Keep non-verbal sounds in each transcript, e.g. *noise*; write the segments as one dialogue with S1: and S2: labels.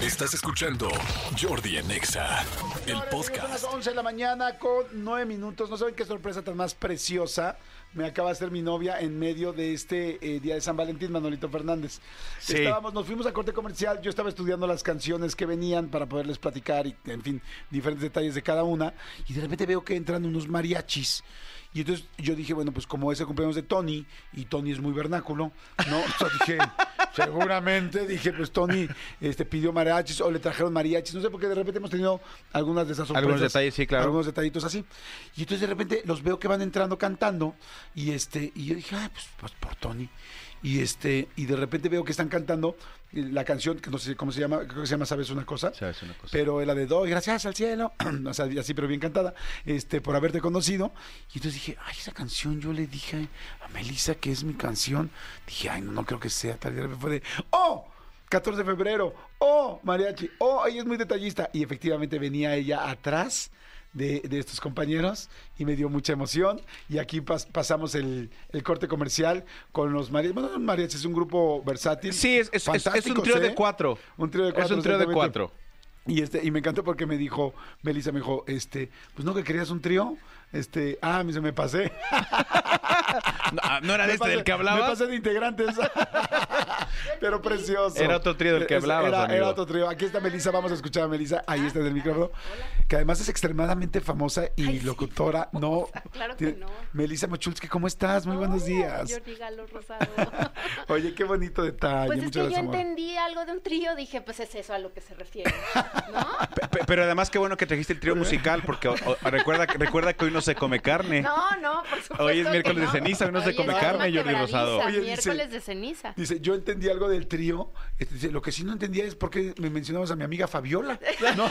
S1: Estás escuchando Jordi en Exa, el
S2: Son las
S1: podcast.
S2: 11 de la mañana con 9 minutos. No saben qué sorpresa tan más preciosa me acaba de hacer mi novia en medio de este eh, día de San Valentín, Manolito Fernández.
S3: Sí.
S2: Estábamos, nos fuimos a corte comercial. Yo estaba estudiando las canciones que venían para poderles platicar y, en fin, diferentes detalles de cada una. Y de repente veo que entran unos mariachis. Y entonces yo dije, bueno, pues como es el cumpleaños de Tony, y Tony es muy vernáculo, ¿no? *laughs* Entonces dije,
S3: *laughs*
S2: seguramente, dije, pues Tony este, pidió mariachis o le trajeron mariachis. No sé, porque de repente hemos tenido algunas de esas sorpresas.
S3: Algunos detalles, sí, claro.
S2: Algunos detallitos así. Y entonces de repente los veo que van entrando cantando y este y yo dije, ah, pues, pues por Tony. Y este y de repente veo que están cantando la canción que no sé cómo se llama, creo que se llama Sabes una cosa.
S3: Sabes una cosa.
S2: Pero la de doy gracias al cielo, *clears throat* o sea, y así pero bien cantada, este por haberte conocido. Y entonces dije, ay, esa canción yo le dije a Melissa que es mi canción. Dije, ay, no, no creo que sea tal y de repente fue de, "Oh, 14 de febrero. Oh, mariachi. Oh, ella es muy detallista. Y efectivamente venía ella atrás de, de estos compañeros y me dio mucha emoción. Y aquí pas- pasamos el, el corte comercial con los mariachis. Bueno, no mariachis es un grupo versátil.
S3: Sí, es, es- es- es un
S2: Fantásticos,
S3: trío
S2: ¿eh?
S3: de cuatro.
S2: Un trío de cuatro.
S3: Es un trío de
S2: exactamente.
S3: cuatro.
S2: Y este, y me encantó porque me dijo, Melissa me dijo, este, pues no que querías un trío, este, ah, me- se me pasé.
S3: No, ah, *laughs* ¿no
S2: *laughs*
S3: era
S2: Me
S3: de este
S2: pasé-
S3: del que
S2: Me
S3: hablabas.
S2: pasé de integrantes.
S3: *laughs*
S2: Pero precioso.
S3: Era otro trío del que
S2: Es-
S3: hablabas,
S2: Era,
S3: amigo.
S2: era otro trío. Aquí está Melissa, vamos a escuchar a Melissa. Ahí
S4: Ah.
S2: está en el micrófono. Que además es extremadamente famosa y
S4: Ay, sí.
S2: locutora. No.
S4: *laughs* Claro
S2: Tiene-
S4: que no.
S2: Melissa Mochulski, ¿cómo estás? Muy buenos
S4: Hola,
S2: días. *laughs*
S4: Jordi
S3: *laughs*
S4: Galo Rosado.
S2: Oye, qué bonito detalle.
S4: pues es que
S2: Muchas
S4: yo
S2: gracias, amor.
S4: entendí algo de un trío, dije, pues es eso a lo que se refiere.
S3: *laughs* Pe- pe- Pero además qué bueno que trajiste el trío musical porque o- o- recuerda, recuerda que hoy no se come carne.
S4: No, no, por supuesto.
S3: Hoy es
S4: que
S3: miércoles de
S4: no.
S3: ceniza, hoy no se
S4: Hoy
S3: come
S4: es
S3: carne,
S4: alma
S3: Jordi Rosado.
S4: quebradiza,
S2: Oye, dice-
S4: Miércoles de ceniza.
S2: Dice, yo entendí algo del trío. Este, dice, lo que sí no entendía es por qué me mencionabas a mi amiga Fabiola.
S4: *laughs*
S2: ¿No?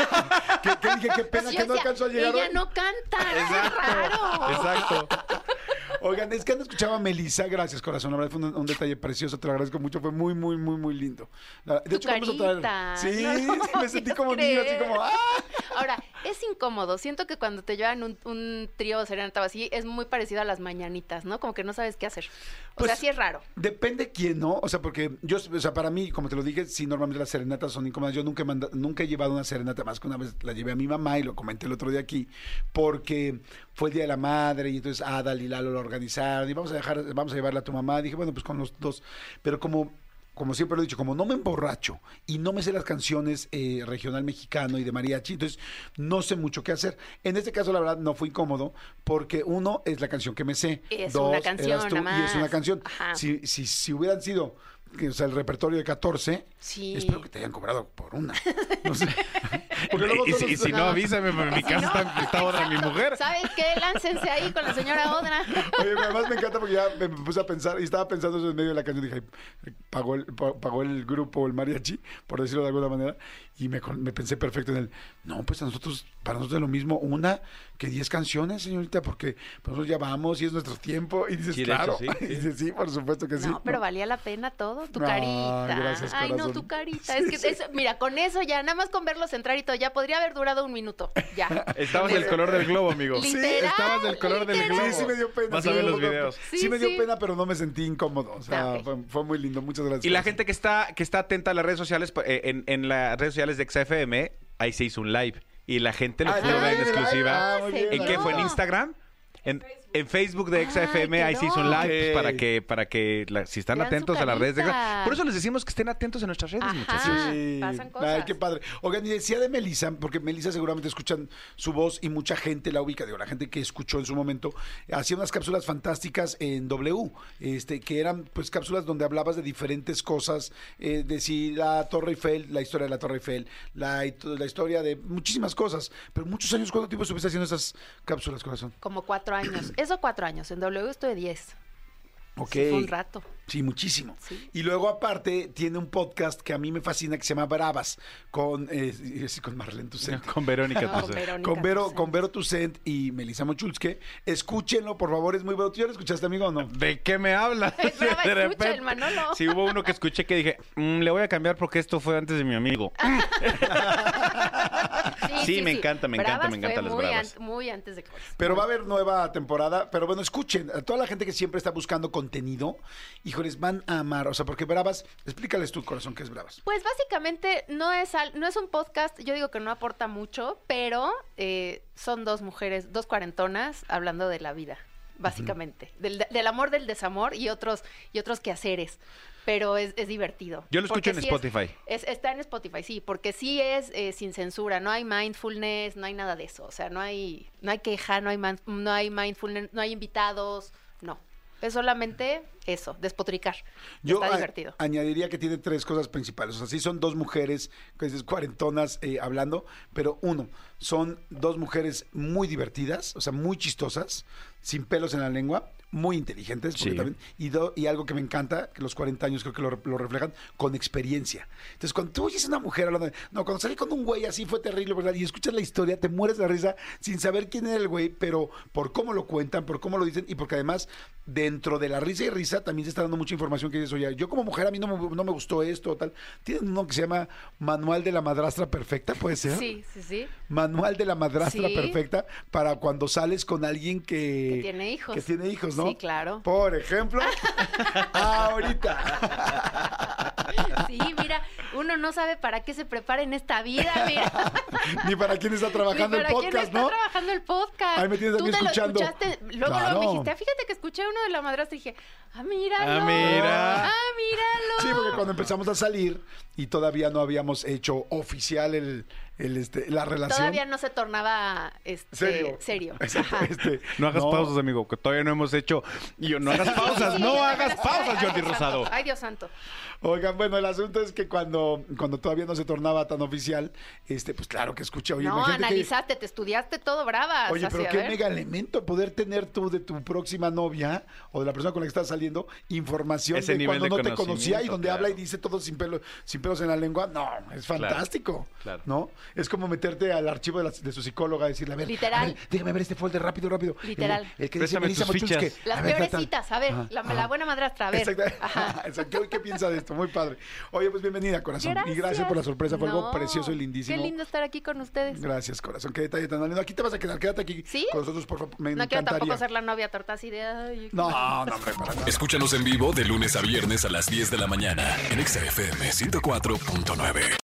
S2: que, que dije, qué pena
S4: Pues Sí,
S2: que
S4: o
S2: no
S4: sea,
S2: alcanzó a llegar.
S4: Ella
S2: hoy.
S3: *laughs*
S4: no canta, es *laughs* raro.
S3: Exacto.
S2: Oigan, es que han escuchado a Melissa. Gracias, corazón. La verdad fue un, un detalle precioso. Te lo agradezco mucho. Fue muy, muy, muy, muy lindo. La- de
S4: Tu
S2: traer.
S4: carita.
S2: *laughs* Sí,
S4: *laughs* No lo
S2: me sentí
S4: podías
S2: como niño, así
S4: creer.
S2: como. ¡ah!
S4: Ahora, es incómodo. Siento que cuando te llevan un, un trío o serenata o así, es muy parecido a las mañanitas, ¿no? Como que no sabes qué hacer. O
S2: Pues-
S4: sea, sí es raro.
S2: Depende quién, ¿no? O sea, porque yo, o sea, para mí, como te lo dije, sí, normalmente las serenatas son incómodas. Yo nunca he, manda- nunca he llevado una serenata más que una vez la llevé a mi mamá y lo comenté el otro día aquí, porque fue el Día de la Madre y entonces Adal y Lalo lo organizaron y vamos a dejar, vamos a llevarla a tu mamá. Dije, bueno, pues con los dos. Pero como. Como siempre lo he dicho, como no me emborracho y no me sé las canciones eh, regional mexicano y de mariachi, entonces no sé mucho qué hacer. En este caso, la verdad, no fue incómodo porque uno es la canción que me sé,
S4: Es
S2: dos
S4: una
S2: eras
S4: canción,
S2: tú,
S4: nada
S2: y es una
S4: más.
S2: canción.
S4: Ajá.
S2: Si si, si, si hubieran sido que, o sea, el repertorio de 14,
S4: Sí.
S2: espero que te hayan cobrado por una.
S4: *laughs*
S2: No sé. Porque luego
S3: *laughs* Y,
S2: son
S3: si, y
S2: los-
S3: si no, avísame, porque en mi casa está, está otra mi mujer.
S4: ¿Sabes qué? Láncense ahí con la señora Odra.
S2: Oye, pero además me encanta porque ya me puse a pensar y estaba pensando eso en medio de la canción. Dije, ay, pagó el, pa- pagó el grupo, el mariachi, por decirlo de alguna manera. Y me, con- me pensé perfecto en el, no, pues a nosotros, para nosotros es lo mismo una que 10 canciones, señorita, porque pues, nosotros ya vamos y es nuestro tiempo. Y dices,
S3: Sí, de
S2: claro.
S3: hecho, sí, sí.
S2: *laughs* Y dices, sí, por supuesto que sí.
S4: No, pero valía la pena todo. Tu
S2: No,
S4: carita.
S2: gracias,
S4: Ay, no,
S2: corazón.
S4: tu carita. Es que eso, mira, con eso ya, nada más con verlos entrar y todo, ya podría haber durado un minuto. Ya.
S3: Estabas del color del globo, amigo.
S4: Literal,
S3: estabas del color del
S4: literal.
S3: globo.
S2: Sí, sí me dio pena.
S3: Vas
S2: sí
S3: a ver
S2: me
S3: los
S2: dio-
S3: videos.
S2: Sí,
S4: Sí,
S2: me dio
S4: sí.
S2: pena, pero no me sentí incómodo. O sea,
S4: Ah, ok.
S2: fue, fue muy lindo. Muchas gracias.
S3: Y la gente que está, que está atenta a las redes sociales, pa- eh, en, en las redes sociales de XFM, ahí se hizo un live. Y la gente lo
S2: Ah,
S3: pudo ver en
S2: live,
S3: exclusiva.
S2: ah, muy
S4: ¿En
S2: bien,
S3: ¿En qué
S2: ah,
S3: fue? ¿En
S4: No.
S3: Instagram? En, en Facebook de
S4: Ay,
S3: XFM, ahí se hizo un
S4: quedó.
S3: live
S2: Ok.
S3: pues, para que, para que la- si están
S4: Vean su
S3: atentos a las redes. de-
S4: carita.
S3: Por eso les decimos que estén atentos a nuestras redes,
S4: Ajá.
S3: muchachos.
S4: Ah,
S2: Sí.
S4: pasan
S2: Ay,
S4: cosas.
S2: qué padre. Oigan, y decía de Melissa, porque Melissa seguramente escuchan su voz y mucha gente la ubica. Digo, la gente que escuchó en su momento hacía unas cápsulas fantásticas en W, este, que eran pues cápsulas donde hablabas de diferentes cosas, eh, de si la Torre Eiffel, la historia de la Torre Eiffel, la, hit- la historia de muchísimas cosas. Pero muchos años, ¿cuánto tiempo estuviste haciendo esas cápsulas, corazón?
S4: Como cuatro años. Eso cuatro años. En W estuve diez.
S2: Ok.
S4: Sí, fue un rato.
S2: Sí, muchísimo.
S4: Sí.
S2: Y luego aparte tiene un podcast que a mí me fascina que se llama Bravas con eh, sí, con Marlene Tucent.
S3: Con Verónica.
S4: No,
S3: entonces.
S4: Verónica
S2: Con Vero,
S4: Tucent.
S2: con Vero Tucent y Melissa Mochulske. Escúchenlo, por favor, es muy bueno. ¿Tú ya lo escuchaste, amigo, o no?
S3: ¿De qué me hablas?
S4: *laughs* Es brava, escucha el Manolo.
S3: Sí, hubo uno que escuché que dije, "Mm, le voy a cambiar porque esto fue antes de mi amigo. Sí, me encanta, me encanta, me encanta
S4: fue
S3: las
S4: muy
S3: bravas.
S4: an- muy antes de Cox.
S2: Pero va a haber nueva temporada. Pero bueno, escuchen, a toda la gente que siempre está buscando contenido, híjoles, van a amar. O sea, porque Bravas, explícales tu corazón que es Bravas.
S4: Pues básicamente no es, al- no es un podcast, yo digo que no aporta mucho, pero eh, son dos mujeres, dos cuarentonas, hablando de la vida, básicamente. del, del amor, del desamor y otros, y otros quehaceres. Pero es, es divertido.
S3: Yo lo escucho
S4: Porque
S3: en
S4: sí es-
S3: Spotify.
S4: es- está en Spotify, sí, porque sí es eh, sin censura, no hay mindfulness, no hay nada de eso. O sea, no hay, no hay queja, no hay, man- no hay mindfulness, no hay invitados, no. Es solamente eso, despotricar.
S2: Yo
S3: ah,
S4: está
S2: a-
S4: divertido.
S2: añadiría que tiene tres cosas principales. O sea, sí son dos mujeres, que es cuarentonas eh, hablando, pero uno, son dos mujeres muy divertidas, o sea, muy chistosas, sin pelos en la lengua, muy inteligentes. porque
S3: Sí.
S2: también- y, do- y algo que me encanta, que los 40 años creo que lo, re- lo reflejan, con experiencia. Entonces, cuando tú oyes a una mujer hablando, de, no, cuando salí con un güey así fue terrible, ¿verdad? Y escuchas la historia, te mueres de la risa sin saber quién era el güey, pero por cómo lo cuentan, por cómo lo dicen y porque además dentro de la risa y risa también se está dando mucha información que dices, oye, yo como mujer a mí no me, no me gustó esto o tal. Tienen uno que se llama Manual de la Madrastra Perfecta, puede ser.
S4: Sí, sí, sí.
S2: Manual de la madrastra
S4: Sí.
S2: perfecta para cuando sales con alguien que,
S4: Que tiene hijos.
S2: Que tiene hijos, ¿no?
S4: Sí, claro.
S2: Por
S4: *laughs*
S2: ejemplo, ahorita.
S4: Sí, mira, uno no sabe para qué se prepara en esta vida, mira.
S2: Ni para quien está *laughs*
S4: Ni
S2: trabajando el
S4: para quién
S2: podcast,
S4: está
S2: ¿no?
S4: trabajando el podcast.
S2: Ahí me tienes a
S4: Tú
S2: mí
S4: te
S2: escuchando.
S4: lo escuchaste, luego, luego
S2: Claro.
S4: me dijiste, "Ah, fíjate que escuché uno de la madrastra y dije, ah, míralo.
S3: Ah, mira.
S4: Ah, míralo.
S2: Sí, porque cuando empezamos a salir y todavía no habíamos hecho oficial el, el, este, la relación.
S4: Todavía no se tornaba este,
S2: Serio.
S4: serio.
S2: Exacto,
S4: Ajá.
S2: *laughs* este,
S3: No hagas pausas, amigo, que todavía no hemos hecho. Y yo, no hagas pausas,
S4: Sí,
S3: no
S4: yo también
S3: hagas
S4: lo sé.
S3: pausas,
S4: Ay,
S3: Jordi
S4: Dios
S3: Rosado.
S4: santo. Ay, Dios santo.
S2: Oigan, bueno, el asunto es que cuando, cuando todavía no se tornaba tan oficial, este, pues claro que escuché. Oye,
S4: no,
S2: imagínate que-
S4: analizaste, te estudiaste todo, brava.
S2: Oye, pero qué mega elemento poder tener tú de tu próxima novia o de la persona con la que estás saliendo información
S3: Ese
S2: de
S3: nivel
S2: cuando
S3: de
S2: no te conocía y
S3: conocimiento,
S2: donde habla y
S3: claro.
S2: dice todo sin pelo, sin pelos en la lengua. No, es fantástico.
S3: claro.
S2: ¿No? Es como meterte al archivo de, la- de su psicóloga y decirle, a ver,
S4: Literal.
S2: a ver, déjame ver este folder rápido, rápido.
S4: Literal.
S2: El, el que dice
S3: Préstame
S2: Melissa
S3: tus
S2: Machulski.
S3: fichas.
S2: A
S4: Las
S2: ver,
S4: peores
S2: tal, tal.
S4: citas, a ver,
S2: Ajá,
S4: la,
S2: ajá.
S4: la buena madrastra, a ver.
S2: Exacto.
S4: Ajá.
S2: *laughs* Exacto. ¿Qué- ¿Qué piensa de esto? Muy padre. Oye, pues bienvenida, corazón. Y gracias por la sorpresa. Fue algo
S4: No,
S2: precioso y lindísimo.
S4: Qué lindo estar aquí con ustedes.
S2: Gracias, corazón. Qué detalle tan lindo. Aquí te vas a quedar. Quédate aquí
S4: ¿Sí?
S2: con nosotros, por favor. Me
S4: no quiero
S2: encantaría.
S4: tampoco ser la novia torta así de. "Ay,
S2: No, no, hombre, para nada.
S1: Escúchanos en vivo de lunes a viernes a las 10 de la mañana en Exa FM 104.9.